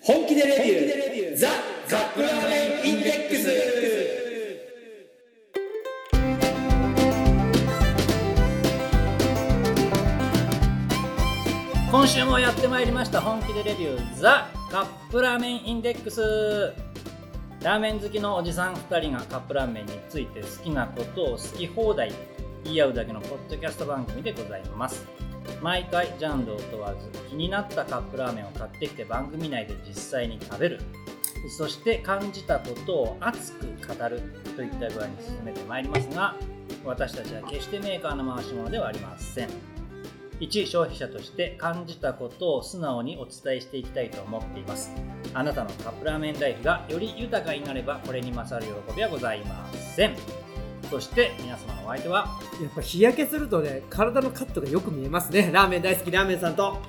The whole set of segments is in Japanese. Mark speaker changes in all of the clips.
Speaker 1: 本気でレビューザ・カップラーメンインデックス
Speaker 2: 今週もやってまいりました本気でレビューザカップラーメンインデックスラーメン好きのおじさん2人がカップラーメンについて好きなことを好き放題言い合うだけのポッドキャスト番組でございます毎回ジャンルを問わず気になったカップラーメンを買ってきて番組内で実際に食べるそして感じたことを熱く語るといった具合に進めてまいりますが私たちは決してメーカーの回し物ではありません一消費者として感じたことを素直にお伝えしていきたいと思っていますあなたのカップラーメンライフがより豊かになればこれに勝る喜びはございませんそして皆様のお相手は
Speaker 3: やっぱ日焼けするとね体のカットがよく見えますねラーメン大好きラーメンさんと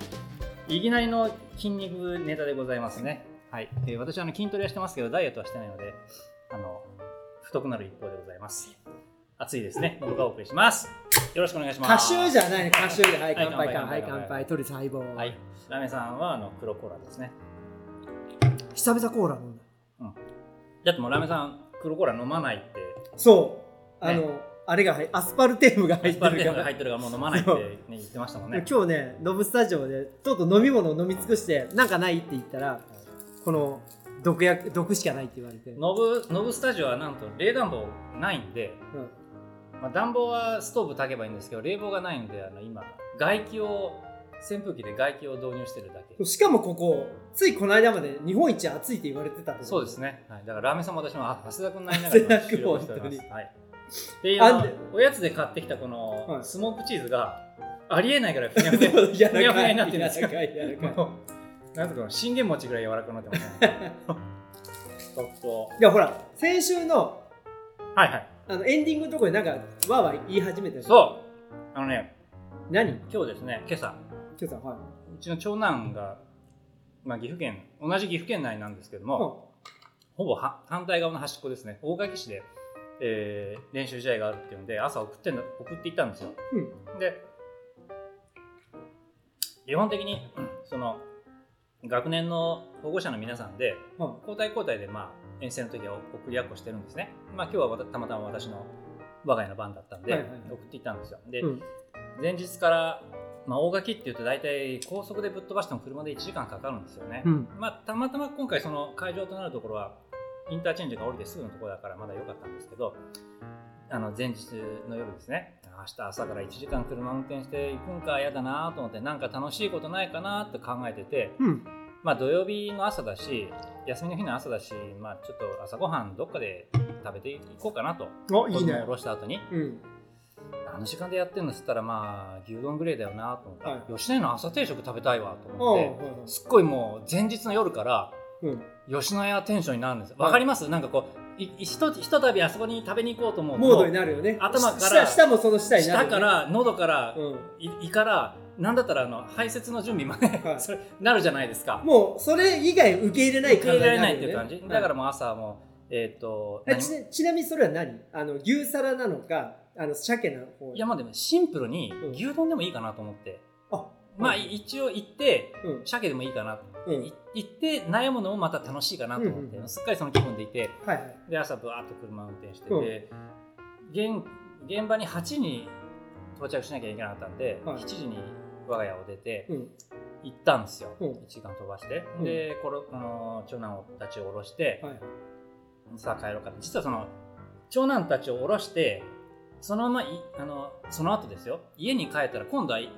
Speaker 2: いきなりの筋肉ネタでございますねはい、えー私はあの筋トレはしてますけどダイエットはしてないのであの太くなる一方でございます暑いですね僕がお送りしますよろしくお願いしま
Speaker 3: 歌
Speaker 2: す
Speaker 3: 手じゃないね歌手ではい
Speaker 2: はい
Speaker 3: 乾杯
Speaker 2: 乾
Speaker 3: 乾
Speaker 2: 杯
Speaker 3: 杯
Speaker 2: 乾杯
Speaker 3: 乾杯トリスハイボール
Speaker 2: はいラメさんはあの黒コーラですね
Speaker 3: 久々コーラ飲んだ
Speaker 2: だってもうラメさん黒コーラ飲まないって
Speaker 3: そう
Speaker 2: ね
Speaker 3: あの、あれが入アスパルテームが入
Speaker 2: ア
Speaker 3: っ
Speaker 2: ス
Speaker 3: て
Speaker 2: パル
Speaker 3: る
Speaker 2: テ
Speaker 3: か
Speaker 2: ムが
Speaker 3: ら
Speaker 2: 入ってるからもう飲まないって、ね、言ってましたもんね。
Speaker 3: 今日ねノブスタジオでとうとう飲み物を飲み尽くしてなんかないって言ったらこの毒薬毒しかないって言われて、
Speaker 2: ノブノブスタジオはなんと冷暖房ないんで、
Speaker 3: うん
Speaker 2: まあ、暖房はストーブ炊けばいいんですけど冷房がないんであの今外気を扇風機で外気を導入してるだけ
Speaker 3: しかもここついこの間まで日本一暑いって言われてたと
Speaker 2: そうです
Speaker 3: ね
Speaker 2: ね、はい、だからラーメンさんも私もあ汗だくになりながら今
Speaker 3: 汗だく
Speaker 2: 収録しております
Speaker 3: 本当
Speaker 2: はい、で
Speaker 3: あんで
Speaker 2: あのおやつで買ってきたこの
Speaker 3: はい
Speaker 2: スモークチーズがありえないからふにゃふ にゃ
Speaker 3: や
Speaker 2: ふにゃふにゃになってるんです
Speaker 3: 柔
Speaker 2: よ
Speaker 3: らかい柔らかい
Speaker 2: もうなんとか信玄餅ぐらい柔らかくなってます ねちょっと
Speaker 3: いやほら先週の
Speaker 2: はいはい
Speaker 3: あのエンディングのところでなんかわーわー言い始めてる
Speaker 2: そうあのね
Speaker 3: 何
Speaker 2: 今日ですね今朝
Speaker 3: 今日さんはいう
Speaker 2: ちの長男が、まあ、岐阜県同じ岐阜県内なんですけども、ほぼは反対側の端っこですね大垣市で、えー練習試合があるっていうので朝送ってんだ送っていったんですよ
Speaker 3: うん
Speaker 2: で基本的にうんその学年の保護者の皆さんで
Speaker 3: うん
Speaker 2: 交代交代で、まあ、遠征の時は送りやっこしてるんですね、まあ、今日はわたたまたま私の我が家の番だったんで、
Speaker 3: はいはいはい
Speaker 2: 送っていったんですよで、
Speaker 3: うん
Speaker 2: 前日から、まあ、大垣っていうと大体高速でぶっ飛ばしても車で1時間かかるんですよね、
Speaker 3: うん
Speaker 2: まあ、たまたま今回その会場となるところはインターチェンジが降りてすぐのところだからまだ良かったんですけどあの前日の夜ですね明日朝から1時間車運転して行くんか嫌だなと思ってなんか楽しいことないかなって考えてて、
Speaker 3: うん
Speaker 2: まあ、土曜日の朝だし休みの日の朝だし、まあ、ちょっと朝ごはんどっかで食べていこうかなと
Speaker 3: おいい
Speaker 2: 子供を
Speaker 3: ね
Speaker 2: 下ろした後に
Speaker 3: うん
Speaker 2: あの時間でやってるのっつったらまあ牛丼ぐらいだよなと思って、
Speaker 3: は
Speaker 2: 吉野家の朝定食食べたいわと
Speaker 3: おう
Speaker 2: 思って
Speaker 3: はいはい
Speaker 2: すっごいもう前日の夜から
Speaker 3: うん
Speaker 2: 吉野家テンションになるんですよわかります、なんかこういひとひとたびあそこに食べに行こうと思うと
Speaker 3: モードになるよね
Speaker 2: 頭から
Speaker 3: 下下もその下にな
Speaker 2: 舌
Speaker 3: る
Speaker 2: か
Speaker 3: よね
Speaker 2: ら喉から、
Speaker 3: うん
Speaker 2: い胃からなんだったらあの排泄の準備まで、
Speaker 3: は い
Speaker 2: それなるじゃないですか
Speaker 3: もうそれ以外受け入れない
Speaker 2: 受け入
Speaker 3: 体に
Speaker 2: れられ
Speaker 3: な
Speaker 2: ない
Speaker 3: る
Speaker 2: って
Speaker 3: よね
Speaker 2: いう感じ、だからもう朝はもうえっ、と
Speaker 3: はい
Speaker 2: 何
Speaker 3: ちなちなみにそれは何あの牛皿なのかあの鮭なの方
Speaker 2: いやまあでもシンプルに
Speaker 3: うん
Speaker 2: 牛丼でもいいかなと思って、
Speaker 3: あ
Speaker 2: まあい一応行って
Speaker 3: うん
Speaker 2: 鮭でもいいかな
Speaker 3: うん
Speaker 2: い行って悩むのもまた楽しいかなと思って、
Speaker 3: うんうん
Speaker 2: すっかりその気分でいて
Speaker 3: はいはい
Speaker 2: で朝ぶわーっと車運転して
Speaker 3: うん
Speaker 2: て、現現場に8時に到着しなきゃいけなかったんで、
Speaker 3: はい
Speaker 2: 7時に我が家を出て
Speaker 3: うん
Speaker 2: 行ったんですよ、
Speaker 3: うん
Speaker 2: 1時間飛ばして、
Speaker 3: うん
Speaker 2: でこれこの長男たちを降ろして、
Speaker 3: はい
Speaker 2: さあ帰ろうかって実はその長男たちを降ろしてそのままいあのその後ですよ家に帰ったら今度はい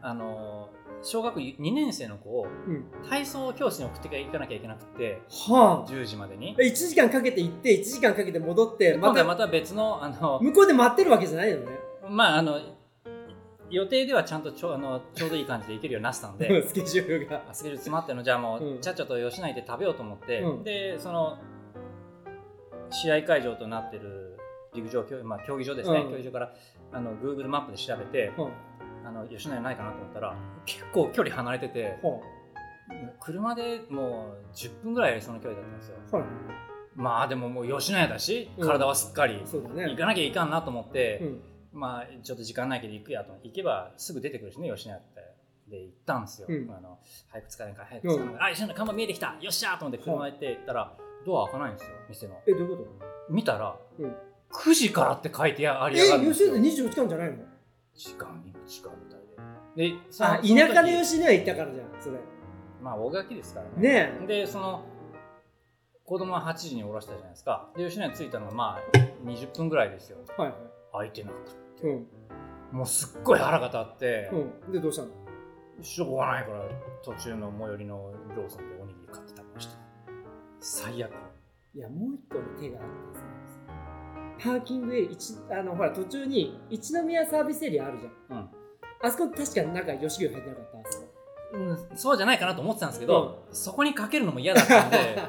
Speaker 2: あの小学2年生の子を
Speaker 3: うん
Speaker 2: 体操教室に送っていかなきゃいけなくて
Speaker 3: はあ
Speaker 2: 10時までに
Speaker 3: え1時間かけて行って1時間かけて戻って
Speaker 2: 今
Speaker 3: ま
Speaker 2: 回
Speaker 3: た
Speaker 2: また別のあの
Speaker 3: 向こうで待ってるわけじゃないよね
Speaker 2: まああの予定ではちゃんとちょあのちょうどいい感じで行けるようになってた んで
Speaker 3: スケジュールが
Speaker 2: あスケジュール詰まってるのじゃあもう、
Speaker 3: うん
Speaker 2: ちゃっちゃと吉内で食べようと思って、
Speaker 3: うん
Speaker 2: でその試合会場となってる陸上競,、まあ、競技場ですね、
Speaker 3: うん
Speaker 2: 競技場からあの Google マップで調べて
Speaker 3: うん
Speaker 2: あの吉内ないかなと思ったら結構距離離れてて
Speaker 3: ほ
Speaker 2: 車でもう10分ぐらいその距離だったんですよ
Speaker 3: うはい
Speaker 2: まあでももう吉野家だし
Speaker 3: うん
Speaker 2: 体はすっかり、
Speaker 3: そうだ
Speaker 2: 行
Speaker 3: ね
Speaker 2: かなきゃいかんなと思って、
Speaker 3: うん
Speaker 2: まあちょっと時間ないけど行くやと行けばすぐ出てくるしね吉野家ってで行ったんですよ、
Speaker 3: うん
Speaker 2: あの早く疲れんから早く疲れんから、あ一緒の看板見えてきたよっしゃーと思って車行って行ったらドア開かないんですよ店の
Speaker 3: えどういうこと
Speaker 2: 見たら、
Speaker 3: うん
Speaker 2: 9時からって書いてありやがるん
Speaker 3: え
Speaker 2: です
Speaker 3: 吉
Speaker 2: よ
Speaker 3: 野で24時間じゃないの
Speaker 2: 時間にも時間みたいででその
Speaker 3: あ
Speaker 2: その時
Speaker 3: 田舎で吉野家行ったからじゃんそれ
Speaker 2: まあ大垣ですからね
Speaker 3: ねえ
Speaker 2: でその子供は8時に降ろしたじゃないですかで吉野家着いたのがまあ20分ぐらいですよ
Speaker 3: はいは
Speaker 2: 開いてなくて
Speaker 3: いうん
Speaker 2: もうすっごい腹が立って、
Speaker 3: うんでどうしたの
Speaker 2: しょうがないから途中の最寄りのローソンでおにぎり買って食べました最悪
Speaker 3: いやもう一個の手があったんですよパーキングエリア一あのほら途中に一宮サービスエリアあるじゃん、
Speaker 2: うん
Speaker 3: あそこ確かになんか吉牛入ってなかったあそこ
Speaker 2: うん、そうじゃないかなと思ってたんですけど、そこにかけるのも嫌だったんで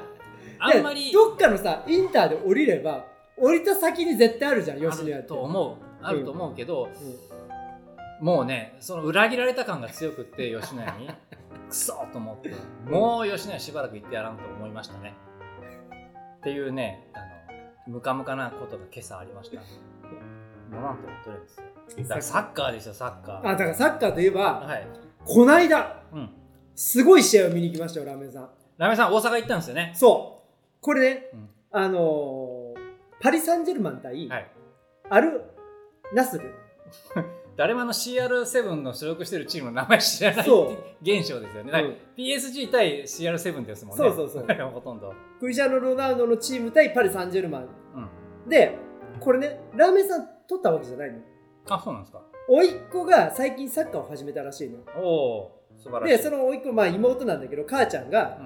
Speaker 2: あんまり
Speaker 3: でどっかのさインターで降りれば降りた先に絶対あるじゃん
Speaker 2: あ
Speaker 3: 吉野家っ
Speaker 2: る
Speaker 3: て
Speaker 2: と思うあると思うけど、
Speaker 3: うん
Speaker 2: もうねその裏切られた感が強くって吉野家 にクソと思ってもう吉野家しばらく行ってやらんと思いましたねっていうねあのムカムカなことが今朝ありましたロマンと取れですよだからサッカーですよサッカー
Speaker 3: あだからサッカーといえば
Speaker 2: はい
Speaker 3: こないだ
Speaker 2: うん
Speaker 3: すごい試合を見に行きましたよラーメンさん
Speaker 2: ラメさん大阪行ったんですよね
Speaker 3: そうこれね、
Speaker 2: うん
Speaker 3: あのーパリ・サンジェルマン対、
Speaker 2: はい
Speaker 3: アル・ナスル
Speaker 2: 誰もあの CR7 の所属してるチームの名前知らない
Speaker 3: そう
Speaker 2: 現象ですよね、
Speaker 3: う
Speaker 2: だか
Speaker 3: ん
Speaker 2: ら PSG 対 CR7 ですもんね
Speaker 3: そうそうそう
Speaker 2: ほとんど、
Speaker 3: クリスチャーノ・ロナウドのチーム対パリ・サンジェルマン
Speaker 2: うん、
Speaker 3: でこれねラーメンさん取ったわけじゃないの
Speaker 2: あそうなんですか
Speaker 3: 甥っ子が最近サッカーを始めたらしいの
Speaker 2: おお素晴らしい
Speaker 3: でその甥っ子まあ妹なんだけど母ちゃんが
Speaker 2: う、ん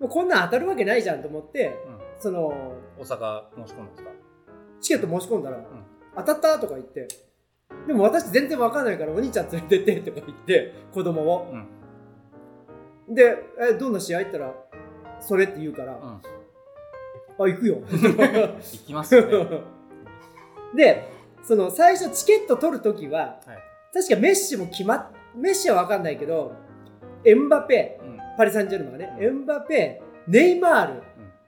Speaker 3: もうこんなん当たるわけないじゃんと思って
Speaker 2: うん
Speaker 3: その
Speaker 2: 大阪申し込んだ んですか
Speaker 3: チケット申し込んだら、当たったとか言ってでも私全然わかんないからお兄ちゃん連れてってとか言って子供を
Speaker 2: う、ん
Speaker 3: でえどんな試合行ったらそれって言うから、
Speaker 2: うん
Speaker 3: あ行 くよ
Speaker 2: 行きますよね
Speaker 3: でその最初チケット取る時は、
Speaker 2: はい
Speaker 3: 確かメッシも決まっメッシは分かんないけどエンバペ
Speaker 2: うん、
Speaker 3: パリ・サンジェルマンね、
Speaker 2: うん
Speaker 3: エンバペネイマール
Speaker 2: うん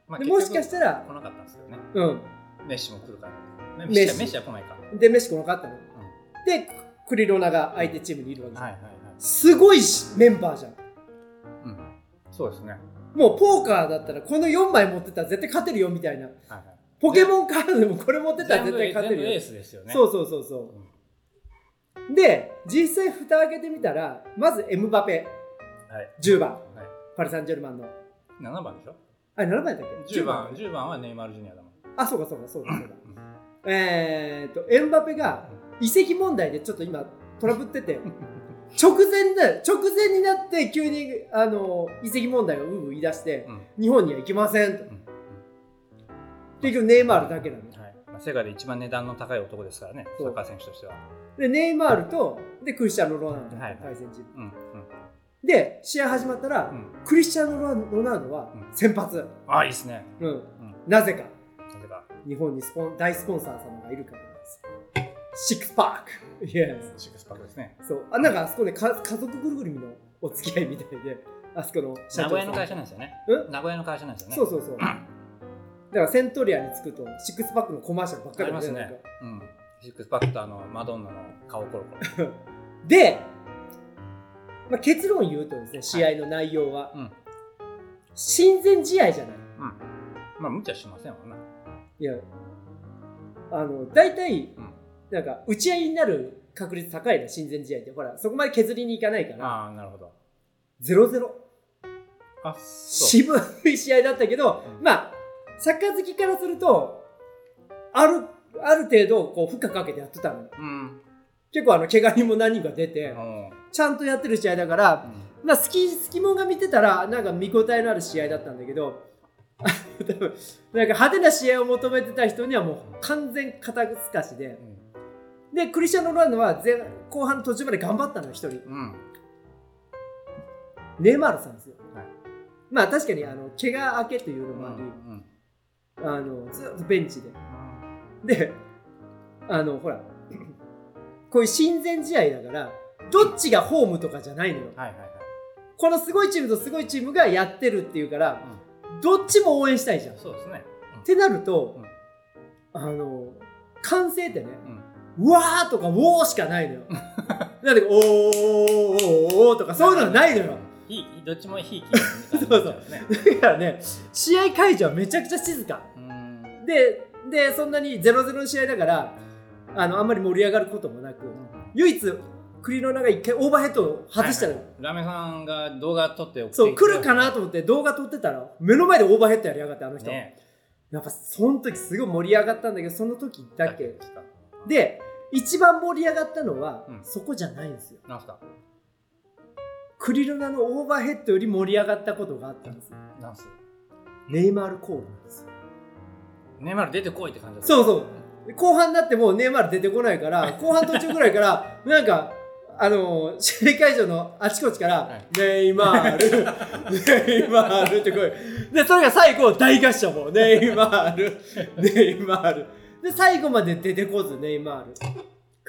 Speaker 2: ま
Speaker 3: でもしかしたら
Speaker 2: 結局来なかったんですけどね
Speaker 3: うん
Speaker 2: メッシも来るからメ
Speaker 3: メ
Speaker 2: ッ
Speaker 3: ッシ
Speaker 2: シはメッシは来ないか
Speaker 3: でメッシこの勝ったの、でクリロナが相手チームにいるわけじゃん、
Speaker 2: はいはいはい、
Speaker 3: すごいしメンバーじゃん
Speaker 2: うん、そうですねは
Speaker 3: もうポーカーだったらこの4枚持ってたら絶対勝てるよみたいない
Speaker 2: はい
Speaker 3: ポケモンカードでもこれ持ってたら
Speaker 2: 全
Speaker 3: 絶
Speaker 2: 部
Speaker 3: 対勝て
Speaker 2: 全部
Speaker 3: るよ、
Speaker 2: エースですよね
Speaker 3: そううそうそうそうで実際蓋開けてみたらまずエムバペ、
Speaker 2: はい
Speaker 3: 10番
Speaker 2: んはい、
Speaker 3: パリ・サンジェルマンの
Speaker 2: 7番でしょ
Speaker 3: あれ7番だったっけ
Speaker 2: 10番10番はネイマールジュニアだもん
Speaker 3: あそうかそうかそうかそうかえーっとエムバペが移籍問題でちょっと今トラブってて直前だ直前になって急にあの移籍問題をうう言い出して
Speaker 2: うん
Speaker 3: 日本には行きませんと
Speaker 2: うん
Speaker 3: 結局ネイマールだけなの
Speaker 2: はいまあ、世界で一番値段の高い男ですからね、サ
Speaker 3: そう
Speaker 2: ッカー選手としては。
Speaker 3: でネイマールとでクリスチャーノ・ロナウドの対戦チーム
Speaker 2: うんうん
Speaker 3: で試合始まったら、
Speaker 2: うん、
Speaker 3: クリスチャーノ・ロナウドは
Speaker 2: うん
Speaker 3: 先発、
Speaker 2: ああ、いいですね。
Speaker 3: うん
Speaker 2: ん
Speaker 3: なぜか
Speaker 2: なぜか、
Speaker 3: 日本にスポン大スポンサー様がいるからなんですシックスパークイエス
Speaker 2: シックスパックですね。
Speaker 3: そうあなんかあそこでか家族ぐるぐるみのお付き合いみたいであそこの社
Speaker 2: 名
Speaker 3: 長
Speaker 2: 古屋の
Speaker 3: さ
Speaker 2: 会
Speaker 3: ん
Speaker 2: 社なんですよね。
Speaker 3: うん
Speaker 2: 名古屋の会社なんですよね。
Speaker 3: そうそうそうだからセントリアに着くとシックスパックのコマーシャルばっか
Speaker 2: あり
Speaker 3: りだ
Speaker 2: ますね。うん。シックスパックとあの、マドンナの顔コロコロ。
Speaker 3: で、まあ、結論言うとですね試合の内容は、
Speaker 2: うん
Speaker 3: 親善試合じゃない
Speaker 2: うん。まあ、無茶しませんわな。
Speaker 3: いや、あの、大体
Speaker 2: うん、
Speaker 3: なんか、打ち合いになる確率高いな、親善試合って。ほら、そこまで削りに行かないから、
Speaker 2: ああ、なるほど。
Speaker 3: 0-0。
Speaker 2: あ、そう。
Speaker 3: 渋い試合だったけど、
Speaker 2: うん
Speaker 3: まあ、サッカー好きからすると、ある、ある程度、こう、負荷かけてやってたのよ。
Speaker 2: うん。
Speaker 3: 結構、あの、怪我人も何人か出て、
Speaker 2: うん
Speaker 3: ちゃんとやってる試合だから、まあ、好き、好きもんが見てたら、なんか見応えのある試合だったんだけど、 多分なんか派手な試合を求めてた人にはもう完全肩透かしで、
Speaker 2: うん
Speaker 3: でクリスチャン・ロナウドは前後半の途中まで頑張ったのよ一人
Speaker 2: うん。
Speaker 3: ネイマールさんですよ、
Speaker 2: はい
Speaker 3: まあ確かにあの怪我明けというの
Speaker 2: うん。
Speaker 3: もあり、
Speaker 2: うん。
Speaker 3: あのずっとベンチでであのほらこういう親善試合だからどっちがホームとかじゃないのよ
Speaker 2: はいはいはい。
Speaker 3: このすごいチームとすごいチームがやってるっていうから
Speaker 2: う
Speaker 3: どっちも応援したいじゃんっ
Speaker 2: ん。そうですね。
Speaker 3: てなると、あの歓声ってね
Speaker 2: うん。うん。
Speaker 3: うわーとかうおーしかないのよなんでおーおーおーおーとかそういうのはないのよ
Speaker 2: ひいどっちもひいき、
Speaker 3: そうそうだからね 試合会場はめちゃくちゃ静か
Speaker 2: うん
Speaker 3: ででそんなに0-0の試合だからあのあんまり盛り上がることもなく唯一栗の中一回オーバーヘッドを外したの、
Speaker 2: はいはいラメさんが動画撮って送って
Speaker 3: そう来るかな
Speaker 2: と
Speaker 3: と思って動画撮ってたら目の前でオーバーヘッドやりやがってあの人、
Speaker 2: ね
Speaker 3: やっぱその時すごい盛り上がったんだけどその時だけ
Speaker 2: 来た
Speaker 3: で一番盛り上がったのは、
Speaker 2: うん
Speaker 3: そこじゃないんですよ
Speaker 2: なんすか
Speaker 3: クリルナのオーバーヘッドより盛り上がったことがあったんですよ
Speaker 2: なんす
Speaker 3: ネイマールコールなんですよ
Speaker 2: ネイマール出てこいって感じだった
Speaker 3: そうそう後半になってもうネイマール出てこないから後半途中ぐらいからなんかあのー試合会場のあちこちから、
Speaker 2: はい
Speaker 3: ネイマールネイマールって声でそれが最後大合唱もうネイマールネイマールで最後まで出てこずネイマール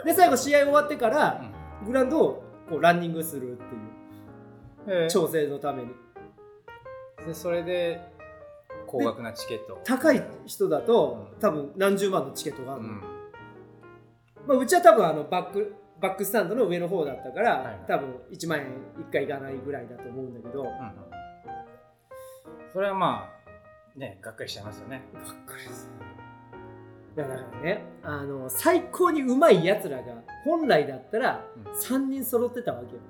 Speaker 3: で最後試合終わってから
Speaker 2: うん
Speaker 3: グラウンドをこうランニングするっていう
Speaker 2: えー
Speaker 3: 調整のために
Speaker 2: でそれで高額なチケットを
Speaker 3: 高い人だと
Speaker 2: うん
Speaker 3: 多分何十万のチケットがあ
Speaker 2: う
Speaker 3: るの、
Speaker 2: ん
Speaker 3: まあ、うちは多分あのバックバックスタンドの上の方だったから、
Speaker 2: はいはい
Speaker 3: 多分1万円1回いかないぐらいだと思うんだけど、
Speaker 2: うんうんそれはまあねがっかりしちゃいますよね
Speaker 3: ばっかりですだからねあの最高にうまいやつらが本来だったら
Speaker 2: うん
Speaker 3: 3人揃ってたわけよ、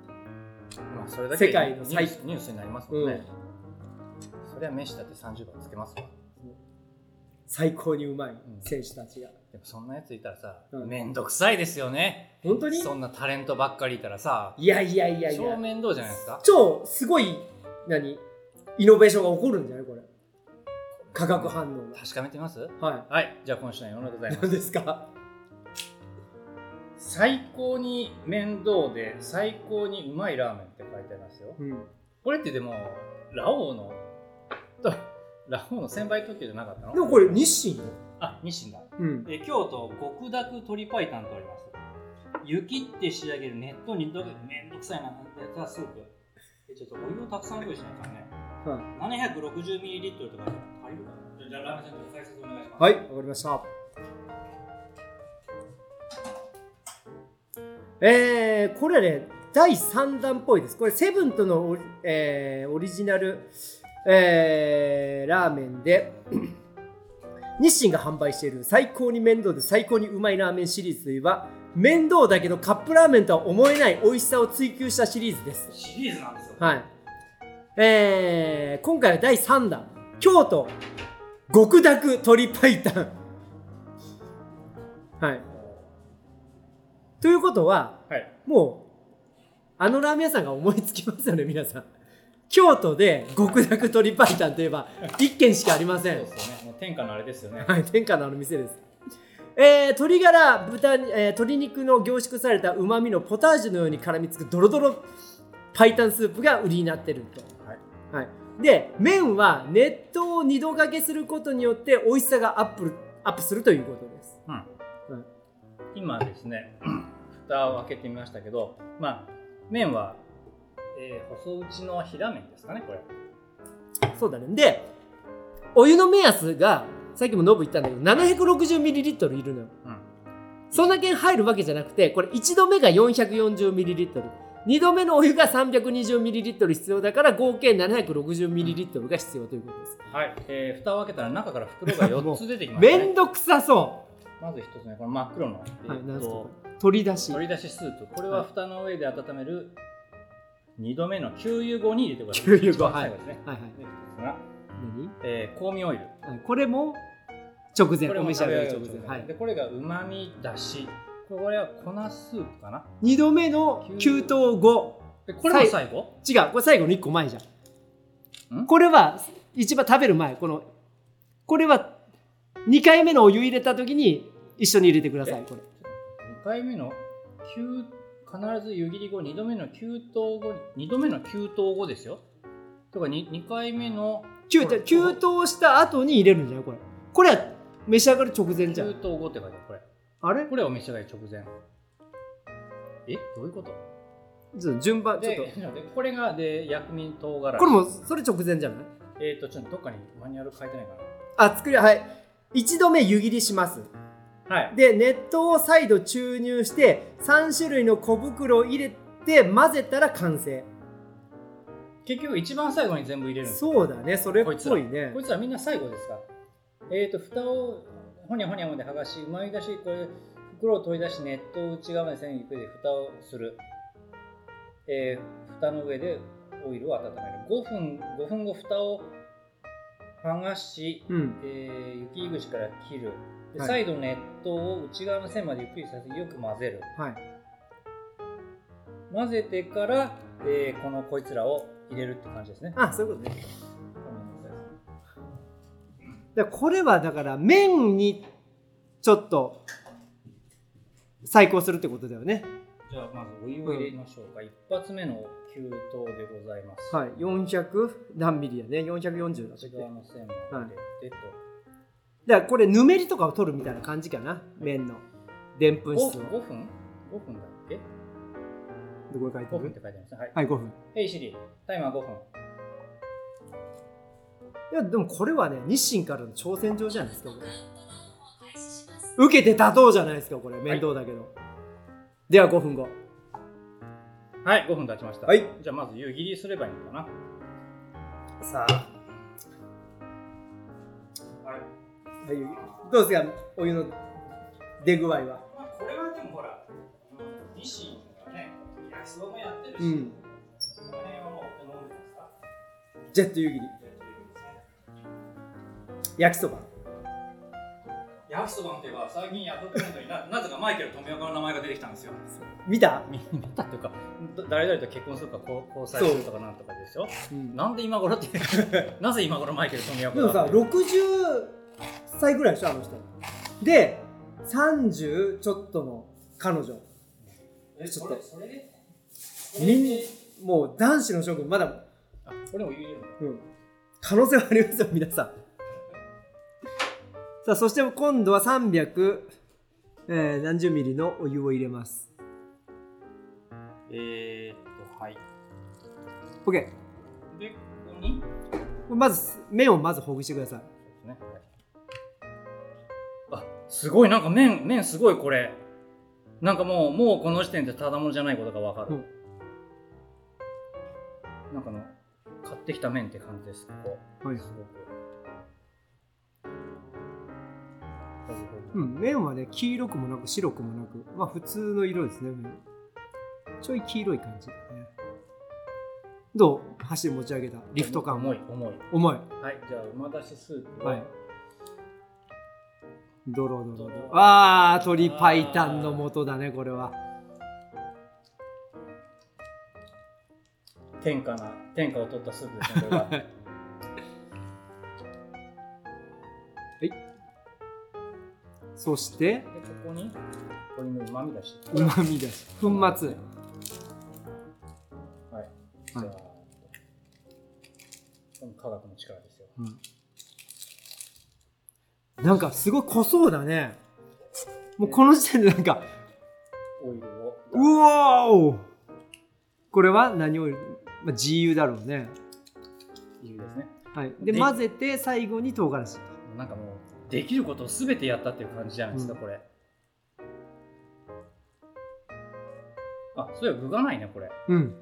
Speaker 2: まあそれだけ
Speaker 3: 世界
Speaker 2: ニ
Speaker 3: の
Speaker 2: ュー
Speaker 3: 最
Speaker 2: スニュースになりますもんね、そりゃ飯だって30番つけますわ
Speaker 3: 最高にうまい
Speaker 2: ん
Speaker 3: 選手たちが、
Speaker 2: でもそんなやついたらさ、
Speaker 3: うん
Speaker 2: めんどくさいですよね
Speaker 3: 本当に
Speaker 2: そんなタレントばっかりいたらさ
Speaker 3: いやいやいやい
Speaker 2: 超
Speaker 3: や
Speaker 2: 面倒じゃないですか
Speaker 3: 超すごい何イノベーションが起こるんじゃないこれ化学反応
Speaker 2: 確かめてみます
Speaker 3: がは
Speaker 2: はいじゃあ今週のものでござい
Speaker 3: い
Speaker 2: ま
Speaker 3: 何
Speaker 2: す
Speaker 3: ですか
Speaker 2: 最高に面倒で最高にうまいラーメンって書いてありますよ
Speaker 3: うん
Speaker 2: これってでもラオウの とラオウの専売特許じゃなかったの
Speaker 3: でもこれ日清よ、
Speaker 2: あ日清だ
Speaker 3: うん、
Speaker 2: えー京都極濁鶏白湯とあります雪って仕上げる熱湯にどけめんどくさいなレタスープえちょっとお湯をたくさん用意しないからね
Speaker 3: はい
Speaker 2: 760ミリリットルとか足りるかなじゃあラーメンセット解説お願いします
Speaker 3: はい、わかりました。えー、これね、第3弾っぽいです。これ、セブンとのオリ,、えーオリジナル、えーラーメンで、 日清が販売している最高に面倒で最高にうまいラーメンシリーズといえば、面倒だけどカップラーメンとは思えない美味しさを追求したシリーズです。
Speaker 2: シリーズなんですよ
Speaker 3: はい。えー、今回は第3弾。京都極濁鶏白湯。はい。ということは、
Speaker 2: はい
Speaker 3: もう、あのラーメン屋さんが思いつきますよね、皆さん。京都で極濁鶏白湯といえば、1軒しかありませ
Speaker 2: そうんで。すよねもう天下のあれですよね
Speaker 3: はい、天下のあの店です。えー、鶏ガラ、豚、えー鶏肉の凝縮された旨味のポタージュのように絡みつくドロドロ白湯スープが売りになってると。
Speaker 2: はい
Speaker 3: はい、で麺は熱湯を2度かけすることによって美味しさがアップアップするということです。
Speaker 2: 今ですね蓋を開けてみましたけどまあ麺は、えー細打ちの平麺ですかねこれ
Speaker 3: そうだねでお湯の目安がさっきもノブ言ったんだけど 760ml いるのよ。
Speaker 2: うん
Speaker 3: そんだけ入るわけじゃなくてこれ1度目が 440ml2 度目のお湯が 320ml 必要だから合計 760ml が必要ということです。
Speaker 2: はい、えー、蓋を開けたら中から袋が4つ出てきました、
Speaker 3: めん
Speaker 2: ね、
Speaker 3: どくさそ
Speaker 2: まず1つ目この真っ黒の、え
Speaker 3: う、はい、
Speaker 2: ー
Speaker 3: なん
Speaker 2: っ
Speaker 3: すか
Speaker 2: と
Speaker 3: これ取り出し
Speaker 2: 取り出しスープこれは蓋の上で温める2度目の給油後に入れてください
Speaker 3: 給油後
Speaker 2: 一番最後ですね、
Speaker 3: はいはい
Speaker 2: で一つが、
Speaker 3: 何
Speaker 2: えー香味オイル
Speaker 3: はいこれも直前
Speaker 2: これ
Speaker 3: お
Speaker 2: も
Speaker 3: 召し上がり直
Speaker 2: 食べ
Speaker 3: 前、
Speaker 2: よう
Speaker 3: はい
Speaker 2: で、これがうまみだしこれは粉スープかな
Speaker 3: 2度目の給湯後
Speaker 2: でこれも最後
Speaker 3: 違うこれ最後の1個前じゃん
Speaker 2: ん
Speaker 3: これは一番食べる前このこれは2回目のお湯入れた時に一緒に入れてください
Speaker 2: え
Speaker 3: これ
Speaker 2: 2回目の給必ず湯切り後2度目の給湯後に2度目の給湯後ですよとか 2, 2回目の
Speaker 3: 給
Speaker 2: これ
Speaker 3: 湯給湯した後に入れるんじゃないこれこれは召し上がる直前じゃ
Speaker 2: 給湯
Speaker 3: ん
Speaker 2: 後って書いてあるこれ
Speaker 3: あれ
Speaker 2: これはお召し上がり直前えどういうこと
Speaker 3: ちょっと順番ちょっ
Speaker 2: で
Speaker 3: と
Speaker 2: でこれがで薬味唐辛子
Speaker 3: これもそれ直前じゃない
Speaker 2: えっ、とちょっとどっかにマニュアル書いてないかな
Speaker 3: あ作りはい1度目湯切りします
Speaker 2: はい。
Speaker 3: で熱湯を再度注入して3種類の小袋を入れて混ぜたら完成
Speaker 2: 結局一番最後に全部入れるんです
Speaker 3: そうだねそれっぽ
Speaker 2: こいつら
Speaker 3: いね
Speaker 2: こいつらみんな最後ですかえっ、ー、と、蓋をほにゃほにゃまで剥がし、うまみ出し、これ、袋を取り出し、熱湯を内側まで線にゆっくりで蓋をする。えー、蓋の上でオイルを温める。5分、5分後、蓋を剥がし、
Speaker 3: うん
Speaker 2: えー、雪口から切る。で
Speaker 3: はい
Speaker 2: 再度熱湯を内側の線までゆっくりさせてよく混ぜる。
Speaker 3: はい
Speaker 2: 混ぜてから、えーこのこいつらを入れるって感じですね。
Speaker 3: あそういうことねだからこれはだから麺にちょっと再行するってことだよね
Speaker 2: じゃあまずお湯を入れましょうか、一発目の給湯でございます
Speaker 3: はい400何ミリやね440だって
Speaker 2: 内側の線も入れてと、
Speaker 3: だからこれぬめりとかを取るみたいな感じかな麺のでんぷん質を
Speaker 2: 5,
Speaker 3: ど
Speaker 2: 分5分だっけ
Speaker 3: これ書いて
Speaker 2: 5分って
Speaker 3: る
Speaker 2: 書いてますねはい、
Speaker 3: はい5分
Speaker 2: ヘイシリタイマー5分
Speaker 3: いやでもこれはね日清からの挑戦状じゃないですかこれ受けて立とうじゃないですかこれ面倒だけど、では5分後
Speaker 2: はい5分経ちました、
Speaker 3: はい
Speaker 2: じゃあまず湯切りすればいいのかな
Speaker 3: さあ
Speaker 2: はい
Speaker 3: はいどうですかお湯の出具合は
Speaker 2: これはでもほらニシンがね焼きそばもやってるこ
Speaker 3: うん
Speaker 2: の辺はもう飲んでますか
Speaker 3: ジェット湯切り焼きそば
Speaker 2: 焼きそばの手が最近ヤフーコメントにな なぜかマイケル富岡の名前が出てきたんですよ
Speaker 3: 見た、
Speaker 2: 見見たというかだ誰々と結婚するかこう交際するとかなんとかでしょなんで今頃って なぜ今頃マイケル富
Speaker 3: で
Speaker 2: 岡
Speaker 3: もさ
Speaker 2: が
Speaker 3: 60歳ぐらいでしょあの人で30ちょっとの彼女
Speaker 2: え
Speaker 3: ちょっ
Speaker 2: それそれで
Speaker 3: みんもう男子の諸君まだ、
Speaker 2: あこれも言えるの
Speaker 3: うん、可能性はありますよ皆さんさあそして今度は300、えー何十ミリのお湯を入れます
Speaker 2: えー、っとはい
Speaker 3: OK
Speaker 2: でここに
Speaker 3: まず麺をまずほぐしてください
Speaker 2: そうですねはいあすごいなんか麺麺すごいこれなんかもうもうこの時点でただものじゃないことがわかる、なんかあの買ってきた麺って感じですここ
Speaker 3: はい
Speaker 2: すごくほぐほぐ
Speaker 3: うん、麺はね黄色くもなく白くもなくまあ普通の色ですね麺ちょい黄色い感じだねどう箸持ち上げたリフト感
Speaker 2: 重い重い
Speaker 3: 重い
Speaker 2: はいじゃあ馬出しスープを
Speaker 3: はいドロドロド
Speaker 2: ド
Speaker 3: ロ
Speaker 2: ロ
Speaker 3: ああ鶏白湯の元だねこれは
Speaker 2: 天下な天下を取ったスープですねこれは
Speaker 3: そして
Speaker 2: でここに鶏のうまみだし
Speaker 3: うまみだし粉末
Speaker 2: はいじゃあこの科学の力ですよ
Speaker 3: うんなんかすごい濃そうだねもうこの時点でなんか
Speaker 2: オイルを
Speaker 3: うおーこれは何を、まあ、自由だろうね。
Speaker 2: いるですね
Speaker 3: はい、で
Speaker 2: で
Speaker 3: 混ぜて最後に唐辛子。
Speaker 2: なんかもうできることを全てやったっていう感じじゃないですか、
Speaker 3: うん
Speaker 2: これあそういえば具がないねこれ
Speaker 3: うん。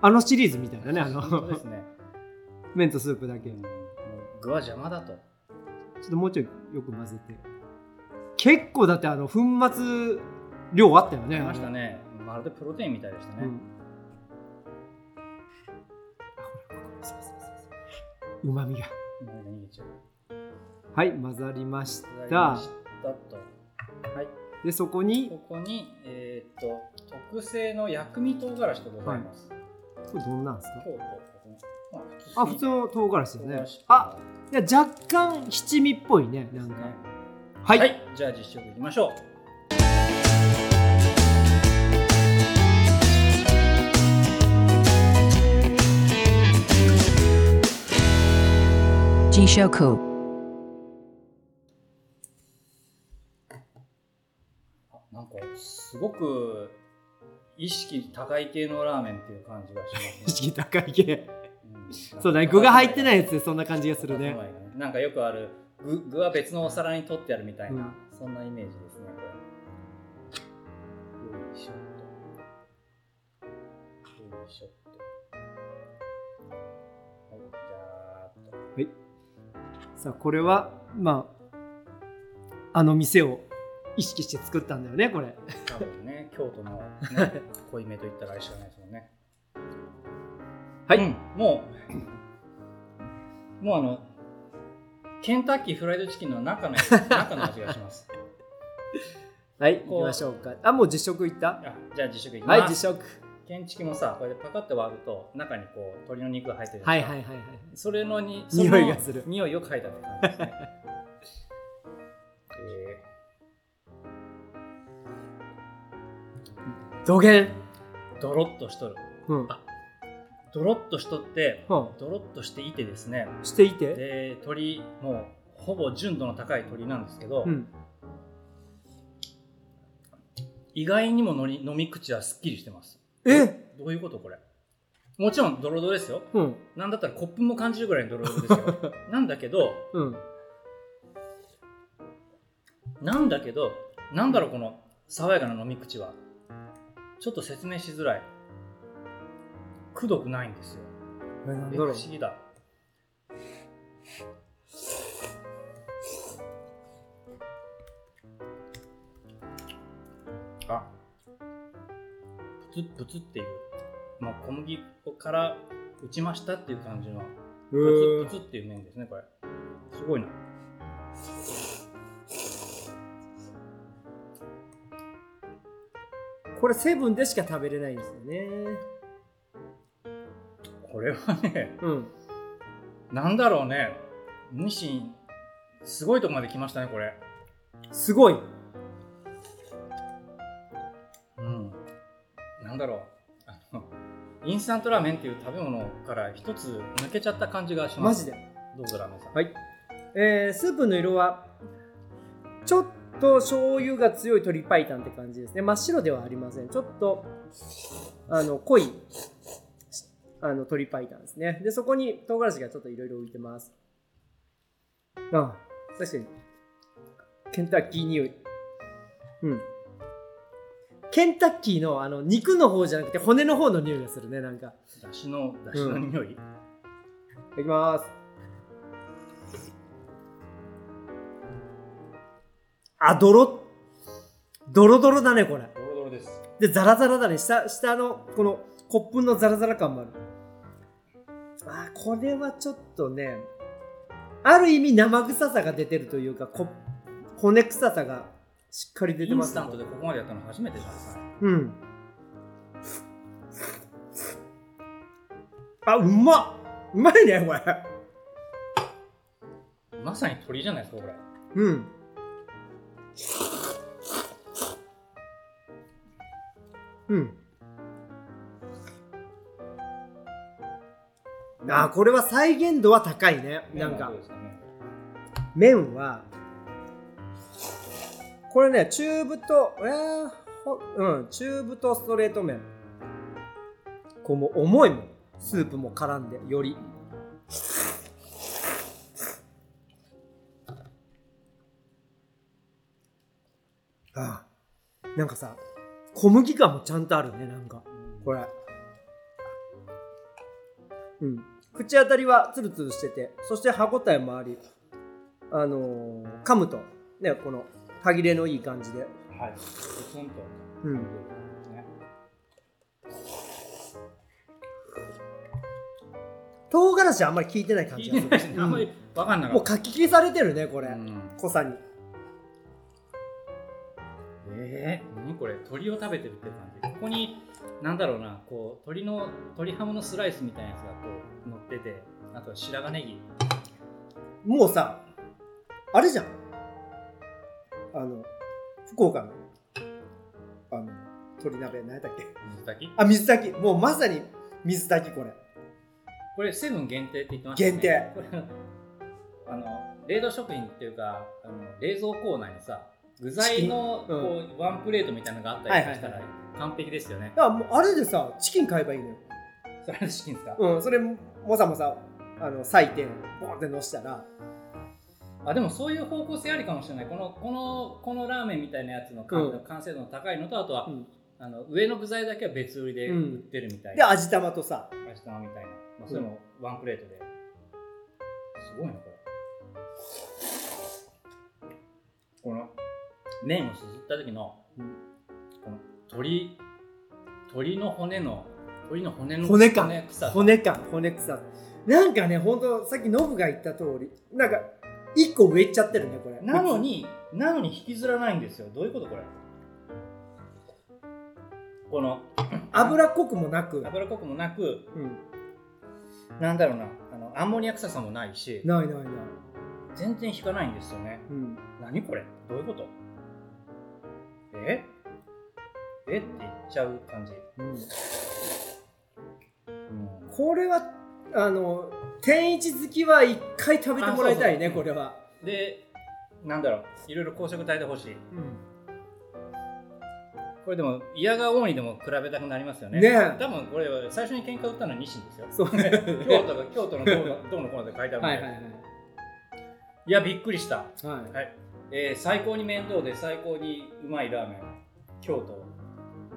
Speaker 3: あのシリーズみたいなね、あ
Speaker 2: 本当で
Speaker 3: の
Speaker 2: すね、
Speaker 3: 麺とスープだけ。
Speaker 2: う
Speaker 3: ち
Speaker 2: んもう
Speaker 3: ょ
Speaker 2: 具は邪魔だと
Speaker 3: っともうちょいよく混ぜて。結構だってあの粉末量あったよね。
Speaker 2: ありましたねまるでプロテインみたいでした
Speaker 3: あ
Speaker 2: ね、
Speaker 3: の。うんあそうそうそうそううまみが。
Speaker 2: うまみが逃げちゃう
Speaker 3: はい、混ざりまし
Speaker 2: いただきま
Speaker 3: た
Speaker 2: し。たとはい
Speaker 3: で、そこに、
Speaker 2: ここに、えー、と特製の薬味唐辛子とございます。
Speaker 3: これどんなんです
Speaker 2: 京都ここ
Speaker 3: かあ、普通
Speaker 2: に
Speaker 3: の唐辛子だ
Speaker 2: 唐
Speaker 3: ね
Speaker 2: 辛子。
Speaker 3: あ、いや若干七味っぽいねなんか
Speaker 2: ね
Speaker 3: は、
Speaker 2: はいい、 じゃあ実食いきましょう。
Speaker 4: Jishoku.
Speaker 2: あなんかすごく意識高い系のラーメンっていう感じがします
Speaker 3: 意
Speaker 2: ね。
Speaker 3: 識高い系
Speaker 2: うん
Speaker 3: そうだね具が入ってな
Speaker 2: い
Speaker 3: いやつでそんな感じがするね
Speaker 2: なんかよくある具具は別のお皿に取ってあるみたいな、
Speaker 3: うん
Speaker 2: そんなイメージですねこれよいしょっとよいしょっとはいじゃーっと
Speaker 3: さあこれはまああの店を意識して作ったんだよねこれ
Speaker 2: 多分ね、京都の、ね、濃いめといったらあれしかないですもんね。
Speaker 3: はい
Speaker 2: うんもう、もうあの、ケンタッキーフライドチキンの中の、中の味がします。
Speaker 3: はい行きましょうかあもう実食いった
Speaker 2: あじゃあ、自食いき
Speaker 3: はい
Speaker 2: ま
Speaker 3: 実
Speaker 2: す。
Speaker 3: 食
Speaker 2: ケンチキもさ、これでパカッと割ると、中にこう、鶏の肉が入ってるじゃん
Speaker 3: はいはいはいはい
Speaker 2: それのに、その
Speaker 3: 匂いがする
Speaker 2: 匂いを嗅いだって感じですね。 え
Speaker 3: どげん
Speaker 2: ードロッとしとる。
Speaker 3: うん
Speaker 2: ドロッとしとって、
Speaker 3: は
Speaker 2: ドロッとしていてですね、
Speaker 3: あしていて
Speaker 2: で鳥もうほぼ純度の高い鳥なんですけど、
Speaker 3: うん
Speaker 2: 意外にものり飲み口はすっきりしてます
Speaker 3: え
Speaker 2: どういうことこれもちろんドロドロですよ
Speaker 3: うん
Speaker 2: なんだったらコップも感じるぐらいのドロドロで すよなんだけど
Speaker 3: うん
Speaker 2: なんだけどなんだろうこの爽やかな飲み口はちょっと説明しづらいくどくないんですよ
Speaker 3: えな
Speaker 2: え
Speaker 3: んだ
Speaker 2: 不
Speaker 3: ろう
Speaker 2: 思議だあプツップツっていうもう小麦粉から打ちましたっていう感じの
Speaker 3: う
Speaker 2: プ
Speaker 3: ーん
Speaker 2: ツップツっていう麺ですねこれすごいな
Speaker 3: これセブンでしか食べれないんですよね
Speaker 2: これはね
Speaker 3: うん
Speaker 2: なんだろうねニシンすごいとこまで来ましたねこれ
Speaker 3: すごい
Speaker 2: うん、なんだろうあのインスタントラーメンっていう食べ物から一つ抜けちゃった感じがしま
Speaker 3: マジ
Speaker 2: す
Speaker 3: で
Speaker 2: どうぞラーメンさん、
Speaker 3: はい、えースープの色はちょっと醤油が強い鶏白湯って感じですね真っ白ではありませんちょっとあの濃いあの鶏白湯ですねでそこに唐辛子がちょっといろいろ浮いてますああ確かにケンタッキー匂いうんケンタッキーのあの肉の方じゃなくて骨の方の匂いがするねなんか
Speaker 2: だしのだしの匂い、
Speaker 3: いただきますあドロドロドロだねこれ
Speaker 2: ドロドロです
Speaker 3: でザラザラだね下下のこのコップのザラザラ感もあるあーこれはちょっとねある意味生臭さが出てるというかこ骨臭さがしっかり出
Speaker 2: イ
Speaker 3: てま
Speaker 2: ン
Speaker 3: す
Speaker 2: スタントでここまでやったの初めてじゃないですか
Speaker 3: うんあうまっうまいねこれ
Speaker 2: まさに鳥じゃないですかこれ
Speaker 3: うん。うん。あーこれは再現度は高いね。な
Speaker 2: 麺
Speaker 3: ん
Speaker 2: は
Speaker 3: か
Speaker 2: どうですかね
Speaker 3: 麺はこれね中太えーほうん中太ストレート麺。こうもう重いもんスープも絡んでより。ああなんかさ小麦感もちゃんとあるねなんかこれうん口当たりはツルツルしててそして歯ごたえもありあのー噛むとねこの歯切れのいい感じで
Speaker 2: はいポツンと
Speaker 3: うん
Speaker 2: ね
Speaker 3: 唐辛子あんまり効いてない感
Speaker 2: 聞
Speaker 3: じ
Speaker 2: いて
Speaker 3: がす
Speaker 2: ないし
Speaker 3: る、
Speaker 2: あんまり分かんな
Speaker 3: うん
Speaker 2: か
Speaker 3: も
Speaker 2: っ
Speaker 3: うかき消されてるねこれ、
Speaker 2: た、うん
Speaker 3: 濃さに
Speaker 2: えー、何これ鳥を食べてるって感じここになんだろうなこう鳥の鳥ハムのスライスみたいなやつがこう乗っててあとは白髪ネギ
Speaker 3: もうさあれじゃんあの福岡のあの鶏鍋何やったっけ
Speaker 2: 水炊き
Speaker 3: あ水炊きもうまさに水炊きこれ
Speaker 2: これセブン限定って言ってましたね
Speaker 3: 限定
Speaker 2: これあの冷凍食品っていうかあの冷蔵コーナーにさ具材の
Speaker 3: チキ
Speaker 2: こ
Speaker 3: ン
Speaker 2: う、ワンプレートみたいなのがあったりとかしたら完璧ですよね、
Speaker 3: だからもうあれでさチキン買えばいいのよ
Speaker 2: それはチキンですか、
Speaker 3: うんそれもさもさあの裂いてボンってのしたら
Speaker 2: あでもそういう方向性ありかもしれないこのこのこのラーメンみたいなやつの
Speaker 3: う
Speaker 2: 完
Speaker 3: ん
Speaker 2: 完成度の高いのとあとは、
Speaker 3: うん
Speaker 2: あの上の具材だけは別売りで売ってるみたい
Speaker 3: で
Speaker 2: な、
Speaker 3: 味玉とさ
Speaker 2: 明日のみたいな、まあ、それもワンプレートで、すごいなこれこの麺をすすった時の、
Speaker 3: うん
Speaker 2: この鶏鶏の骨の鶏の骨の
Speaker 3: 骨か
Speaker 2: 臭さ
Speaker 3: 骨感骨臭さなんかねほんとさっきノブが言った通りなんか一個植えちゃってるねこれ
Speaker 2: なのになのに引きずらないんですよどういうことこれこの
Speaker 3: 脂っこくもなく、
Speaker 2: 油っこくもなく
Speaker 3: うん、
Speaker 2: なんだろうなあのアンモニア臭さもないし
Speaker 3: ないないない、
Speaker 2: 全然引かないんですよね
Speaker 3: うん、
Speaker 2: 何これどういうことええって言っちゃう感じ、うん
Speaker 3: これはあの天一好きは一回食べてもらいたいね
Speaker 2: あそうそう
Speaker 3: これは、
Speaker 2: でなんだろういろいろ公職耐えてほしいこれでも嫌が王にでも比べたくなりますよね
Speaker 3: ねえ
Speaker 2: 多分これは最初に喧嘩売ったのはニシンですよ
Speaker 3: そう
Speaker 2: 京都が京都のどう のどうのこうので書いてあるんで、
Speaker 3: はい
Speaker 2: い
Speaker 3: はいはい
Speaker 2: やびっくりした、
Speaker 3: はい
Speaker 2: えー最高に面倒で最高にうまいラーメン京都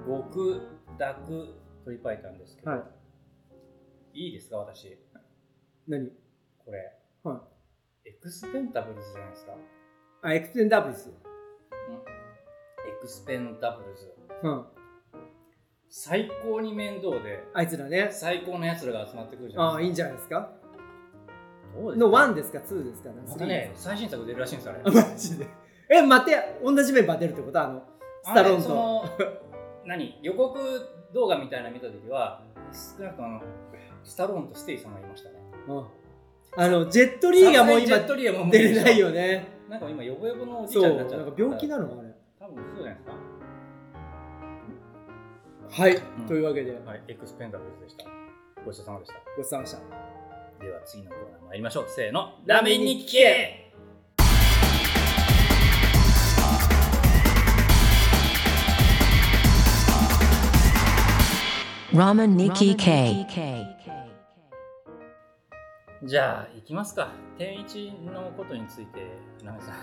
Speaker 2: 極濁鶏白湯ですけど、
Speaker 3: はい
Speaker 2: い、いですか私
Speaker 3: 何
Speaker 2: これ、
Speaker 3: は
Speaker 2: エクスペンタブルズじゃないですか
Speaker 3: あエクステンダブルス、
Speaker 2: エクスペンタブルズ
Speaker 3: うん、
Speaker 2: 最高に面倒で
Speaker 3: あいつらね
Speaker 2: 最高のやつらが集まってくるじゃ
Speaker 3: あ
Speaker 2: な
Speaker 3: あ
Speaker 2: い
Speaker 3: いい
Speaker 2: で
Speaker 3: ん
Speaker 2: す
Speaker 3: じゃないですか
Speaker 2: かどうですか
Speaker 3: の1ですか2ですか
Speaker 2: またね最新作出るらしいんですあれ
Speaker 3: あマジで え待って同じメンバー出るってことあのスタローン
Speaker 2: あれそ
Speaker 3: と
Speaker 2: の何予告動画みたいなの見た時は少なくともあのスタローンとステイさんがいましたね
Speaker 3: うんあのジェットリーがもう
Speaker 2: ジェ
Speaker 3: 今
Speaker 2: ットリーがもう
Speaker 3: 出れないよね
Speaker 2: なんか今ヨボヨボのおじい
Speaker 3: そ
Speaker 2: ちゃん
Speaker 3: う
Speaker 2: にな
Speaker 3: な
Speaker 2: んっちゃった
Speaker 3: か病気なのあれ
Speaker 2: 多分そうじゃないですか
Speaker 3: はい、
Speaker 2: ん
Speaker 3: というわけで
Speaker 2: はいエクスペンダブルズでしたごちそうさまでした
Speaker 3: ごちそうさまでした
Speaker 2: では次のコーナー参りましょうせーのラーメンに聞け
Speaker 4: ラーメンニ
Speaker 5: Nikki
Speaker 4: キ
Speaker 5: K.
Speaker 4: K.
Speaker 2: じゃあ行きますか天一のことについてナメさん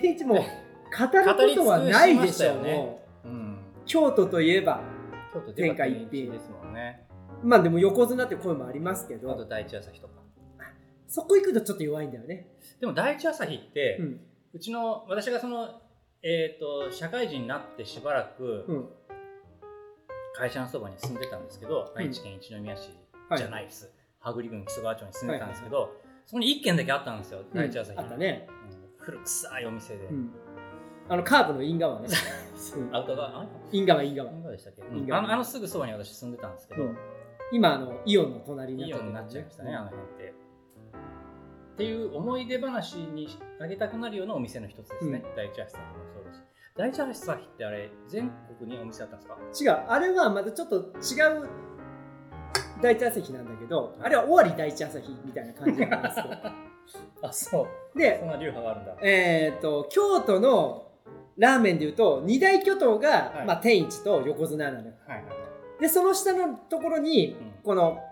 Speaker 3: 天一も語ることはな
Speaker 2: 語り
Speaker 3: いでしょう
Speaker 2: 尽くしましたよね
Speaker 3: も う
Speaker 2: うん
Speaker 3: 京都といえば
Speaker 2: 京都では
Speaker 3: 天下一品
Speaker 2: 天一ですもんね
Speaker 3: まあでも横綱って声もありますけ
Speaker 2: あと
Speaker 3: ど
Speaker 2: 第一朝日とか
Speaker 3: そこ行くとちょっと弱いんだよね、
Speaker 2: でも第一朝日って、
Speaker 3: うん
Speaker 2: うちの私がその、えー、と社会人になってしばらく
Speaker 3: うん、
Speaker 2: 会社のそばに住んでたんですけど、
Speaker 3: うん
Speaker 2: 愛知県一宮市
Speaker 3: はい
Speaker 2: じゃないです、羽栗郡木曽川町に住んでたんですけど、そこに1軒だけあったんですよ第一朝日
Speaker 3: あ
Speaker 2: の、
Speaker 3: ったね、
Speaker 2: うん古臭いお店で、
Speaker 3: うん、あのカーブの因 川ねうん
Speaker 2: アウトドアあ
Speaker 3: 因川因川、
Speaker 2: 何川でしたっけ、
Speaker 3: 因
Speaker 2: うん、
Speaker 3: 川
Speaker 2: あのあのすぐそばに私住んでたんですけ
Speaker 3: う
Speaker 2: ど、
Speaker 3: ん、今あのイオンの隣に
Speaker 2: いいようになっちゃいましたね、あの辺って。っていう思い出話にあげたくなるようなお店の一つですね、第一橋さんもそうだし。第一橋さんってあれ、全国にお店あったんですか
Speaker 3: 違うあれはまたちょっと違う第一朝日なんだけどあれは尾張第一朝日みたいな感じなんですけど
Speaker 2: あ、そう。
Speaker 3: で
Speaker 2: そんな流派があるんだ。
Speaker 3: えっ、と京都のラーメンでいうと二大巨頭が、
Speaker 2: はい
Speaker 3: まあ、天一と横綱なのよ
Speaker 2: はいはい。
Speaker 3: でその下のところに、
Speaker 2: うん
Speaker 3: この、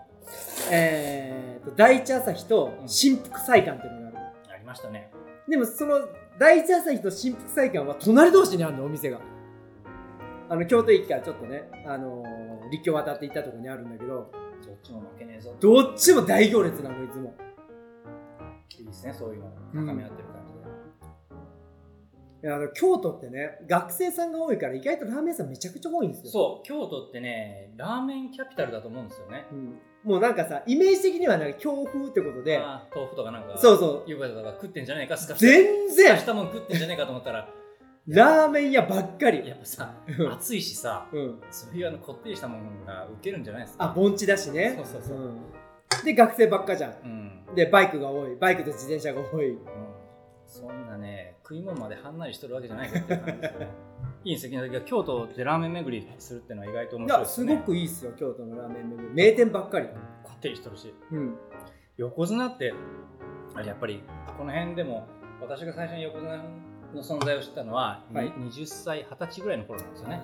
Speaker 3: えーと第一朝日と
Speaker 2: うん
Speaker 3: 新福祭館っていうのがある、
Speaker 2: ありましたね。
Speaker 3: でもその第一朝日と新福祭館は隣同士にあるのお店があの京都駅からちょっとね、あのー立教渡って行ったところにあるんだけど
Speaker 2: どっちも負けねえぞ。
Speaker 3: どっちも大行列なのいつも
Speaker 2: いいですね、そういうの。高め合ってる感じで。
Speaker 3: いやあの京都ってね学生さんが多いから意外とラーメン屋さんめちゃくちゃ多いんですよ
Speaker 2: そう、京都ってね、ラーメンキャピタルだと思うんですよね。
Speaker 3: うんもうなんかさイメージ的にはなんか京風ってことで
Speaker 2: あー豆腐とかなんか、
Speaker 3: そうそう
Speaker 2: 湯葉とか食ってんじゃねえか、スカスカ
Speaker 3: 全
Speaker 2: スカ
Speaker 3: 然
Speaker 2: したもん食ってんじゃねえかと思ったら、
Speaker 3: ラーメン屋ばっかり
Speaker 2: やっぱさ、暑いしさ、
Speaker 3: うん
Speaker 2: そういうあのこってりしたものが受けるんじゃないですか。
Speaker 3: あ盆地だしね
Speaker 2: そうそうそう。
Speaker 3: うんで学生ばっかじゃん
Speaker 2: うん。
Speaker 3: でバイクが多いバイクと自転車が多
Speaker 2: う
Speaker 3: い
Speaker 2: んそんなね、食い物まではんなりしとるわけじゃないからって感じですよ ね。いいんですよ、が京都でラーメン巡りするってのは意外と面
Speaker 3: い
Speaker 2: 白い
Speaker 3: や
Speaker 2: です
Speaker 3: す
Speaker 2: ね。
Speaker 3: ごくいいっすよ京都のラーメン巡り名店ばっかり
Speaker 2: こってりしとるし。
Speaker 3: うん
Speaker 2: 横綱って、あれやっぱりこの辺でも、私が最初に横綱の存在を知ったのは、
Speaker 3: はい
Speaker 2: 20歳、20歳ぐらいの頃なんですよね。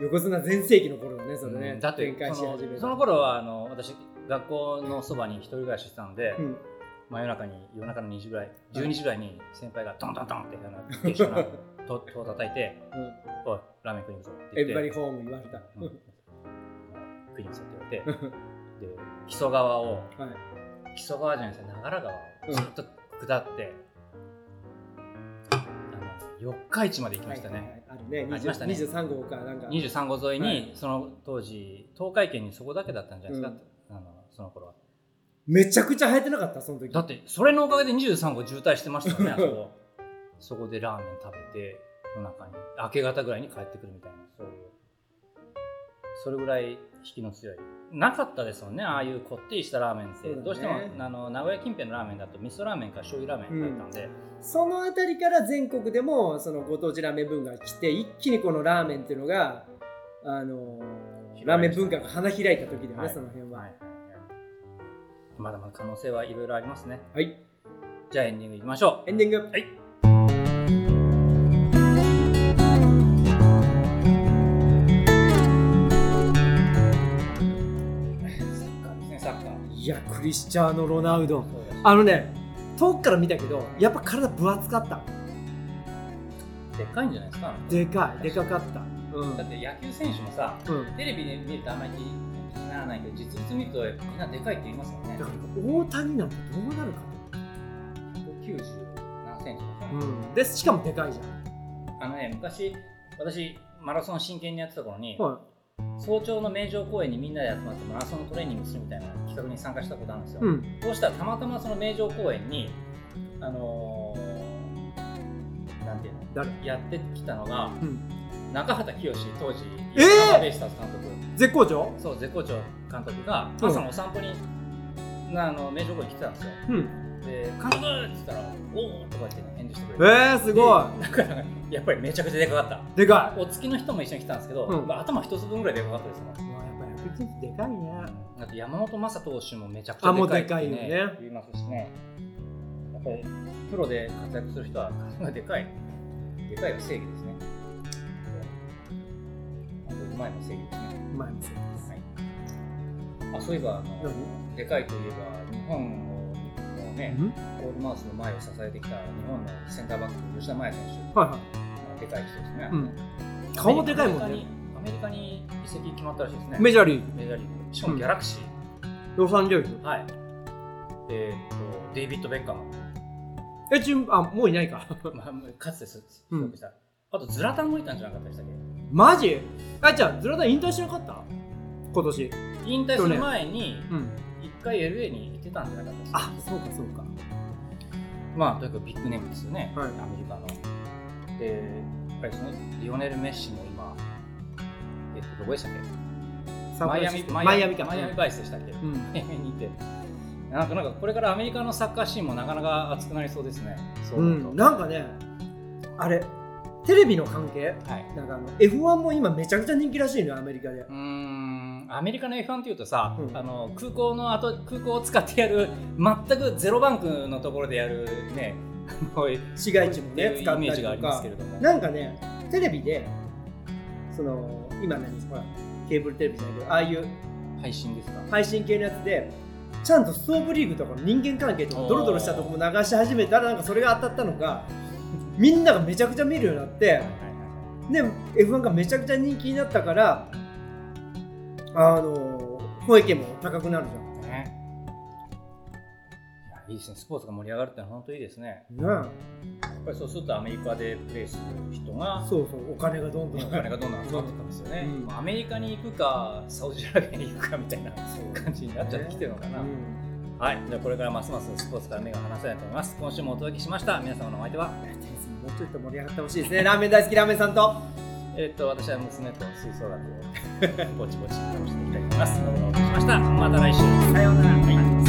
Speaker 3: 横綱全盛期の頃だねそれ
Speaker 2: う
Speaker 3: ね
Speaker 2: んだって
Speaker 3: 展開し
Speaker 2: その
Speaker 3: 始めた
Speaker 2: その頃はあの私学校のそばに一人暮らししてたんで、
Speaker 3: うん
Speaker 2: 真夜中に夜中の2時ぐらい12時ぐらいに先輩がドンドンドンってあの電車の戸戸を叩いて「おいラーメン食いに行くぞ」っ
Speaker 3: エ
Speaker 2: て言
Speaker 3: ンバ
Speaker 2: っ
Speaker 3: リ
Speaker 2: て
Speaker 3: ホーム言われた。
Speaker 2: 「うん食いに行くぞ」って言われてで木曽川を
Speaker 3: はい
Speaker 2: 木曽川じゃないですよ長良川
Speaker 3: うん
Speaker 2: をずっと下って、あの四日市まで行きましたね、
Speaker 3: はいはいはいあ
Speaker 2: あ
Speaker 3: る
Speaker 2: り
Speaker 3: ね。
Speaker 2: ましたね
Speaker 3: 二十三号かなんか。
Speaker 2: 23号沿いに、
Speaker 3: はい
Speaker 2: その当時東海圏にそこだけだったんじゃないですか、あのその頃は
Speaker 3: めちゃくちゃ生えてなかったその時。
Speaker 2: だってそれのおかげで23号渋滞してましたよ ねあそこそこでラーメン食べて夜中に明け方ぐらいに帰ってくるみたいなそういうそれぐらい引きの強いなかったですもんねああいうこってりしたラーメンって、
Speaker 3: そうだね
Speaker 2: どうしてもあの名古屋近辺のラーメンだと味噌ラーメンか醤油ラーメンだったんで、
Speaker 3: そのあたりから全国でもそのご当地ラーメン文化が来て一気にこのラーメンっていうのがあのーラーメン文化が花開いた時だよね、
Speaker 2: はい
Speaker 3: その辺は。
Speaker 2: は
Speaker 3: はい
Speaker 2: い、まだまだ可能性はいろいろありますね
Speaker 3: はい
Speaker 2: じゃあエンディングいきましょう
Speaker 3: エンディング。
Speaker 2: はい。サッカーですね、サッカー。
Speaker 3: いやクリスチャーノロナウ
Speaker 2: そ
Speaker 3: ド。
Speaker 2: うです
Speaker 3: あのね遠くから見たけどやっぱ体分厚かった。
Speaker 2: でっかいんじゃないですか。
Speaker 3: でかいでかかった。うん。
Speaker 2: だって野球選手もさ、
Speaker 3: うん。
Speaker 2: テレビで見るとあんまり気にならないけど、実物見るとみんなでかいって言いますよね
Speaker 3: だ。から大谷なんてどうなるか
Speaker 2: 90何センチとか
Speaker 3: と。うん。でしかもでかいじゃん。
Speaker 2: あのね、昔、私、マラソン真剣にやってた頃に、
Speaker 3: は
Speaker 2: 早朝の名城公園にみんなで集まってマラソンのトレーニングするみたいな企画に参加したことあるんですよ。
Speaker 3: い。うん。
Speaker 2: そうしたらたまたまその名城公園に、あのーなんていうの
Speaker 3: 誰？
Speaker 2: やってきたのが、
Speaker 3: うん
Speaker 2: 中畑清当時、
Speaker 3: えー
Speaker 2: 横浜ベイスターズ監督、
Speaker 3: 絶好調？
Speaker 2: そう、絶好調監督が、
Speaker 3: うん
Speaker 2: 朝のお散歩に、なあの名城公園に来てたんですよ。
Speaker 3: うん。
Speaker 2: で、監督って言ったら、おーとか言って、ね、返事して
Speaker 3: え
Speaker 2: くれて、
Speaker 3: ー、すご
Speaker 2: だから、やっぱりめちゃくちゃでかかった。
Speaker 3: い。でかい。
Speaker 2: お月の人も一緒に来たんですけど、
Speaker 3: うん
Speaker 2: まあ頭一つ分ぐらいでかかったですもん。
Speaker 3: もうやっぱヤクルトでかいね。
Speaker 2: だって山本昌投手もめちゃくち
Speaker 3: あも
Speaker 2: ゃ
Speaker 3: う
Speaker 2: でかいって、
Speaker 3: でかいよね
Speaker 2: 言いますしね、やっぱりプロで活躍する人は 体がでかい、でかいは正義ですね。あとうまいも正義ですね。
Speaker 3: うまいもんです。
Speaker 2: はい、あそういえばあの
Speaker 3: 何
Speaker 2: でかいといえば日本のね、ゴールマウスの前を支えてきた日本のセンターバック吉田麻也選手、
Speaker 3: はいは
Speaker 2: でかい人ですね。
Speaker 3: い。うん。顔もでかいも
Speaker 2: ア
Speaker 3: ん
Speaker 2: メリ
Speaker 3: ね。
Speaker 2: カにアメリカに移籍決まったらしいですね。
Speaker 3: メジャーリー
Speaker 2: メジャーリーグ。しかもギャラクシー。
Speaker 3: グ、ロサンゼルス。
Speaker 2: はい。えーっと、デイビッド・ベッカム、
Speaker 3: え、ちゅあ、もういない か。
Speaker 2: まあ、かつてす
Speaker 3: うん
Speaker 2: すごくした。あと、ズラタンもいたんじゃなかったでしたっ
Speaker 3: マジあ、じゃあ、ズラタン引退しなかった今年。
Speaker 2: け引退する前に、
Speaker 3: うん。
Speaker 2: 一回 LA に行ってたんじゃなかったです
Speaker 3: あ、そうかそうか。
Speaker 2: まあ、とにかくビッグネームですよね、
Speaker 3: はい
Speaker 2: アメリカの。で、やっぱりその、リオネル・メッシも今、えっと、どこでしたっけマイアミ、
Speaker 3: マイアミか。
Speaker 2: マイアミバイスでしたっけ
Speaker 3: うん。
Speaker 2: マイアミにいて。なんか、なんか、これからアメリカのサッカーシーンもなかなか熱くなりそうですね。そう
Speaker 3: う
Speaker 2: 思うと
Speaker 3: ん。なんかね、あれ、テレビの関係
Speaker 2: はい。
Speaker 3: なんかあの、F1 も今めちゃくちゃ人気らしいのよ、アメリカで
Speaker 2: う。ーんアメリカの F1 っていうとさ、
Speaker 3: うん
Speaker 2: あの空港の後空港を使ってやる全くゼロバンクのところでやるね こういう
Speaker 3: 市街地もね、使
Speaker 2: イメ
Speaker 3: っ
Speaker 2: ージがあ
Speaker 3: た
Speaker 2: り
Speaker 3: りと
Speaker 2: ます
Speaker 3: か
Speaker 2: け。れども
Speaker 3: なんかね、テレビで、その、今何ほら、ケーブルテレビじゃないけど、ああいう
Speaker 2: 配信ですか
Speaker 3: 配信系のやつで、ちゃんとストーブリーグとかの人間関係とかドロドロしたとこも流し始めたら、なんかそれが当たったのか、みんながめちゃくちゃ見るようになって、で、F1 がめちゃくちゃ人気になったから、あの、保育も高くなるじゃん。
Speaker 2: ねいやいいですねスポーツが盛り上がるってのは本当いいですね
Speaker 3: ね
Speaker 2: やっぱりそうするとアメリカでプレーする人が
Speaker 3: そうそう、お金がどんど
Speaker 2: お
Speaker 3: ん。
Speaker 2: 金がどんどん集まっていくんですよね、
Speaker 3: うん
Speaker 2: もうアメリカに行くかサウジアラビアに行くかみたいな感じになっちゃってきてるのかな、
Speaker 3: うん
Speaker 2: はい、じゃあこれからますますスポーツから目が離せないと思います。今週もお届けしました。皆様のお相手は、
Speaker 3: もうちょっと盛り上がってほしいですね。ラーメン大好きラーメンさんと。
Speaker 2: えっと、私は娘と吹奏楽をぼちぼち楽していきたいと思います。どうもお届けしました。また来週。さようなら。はい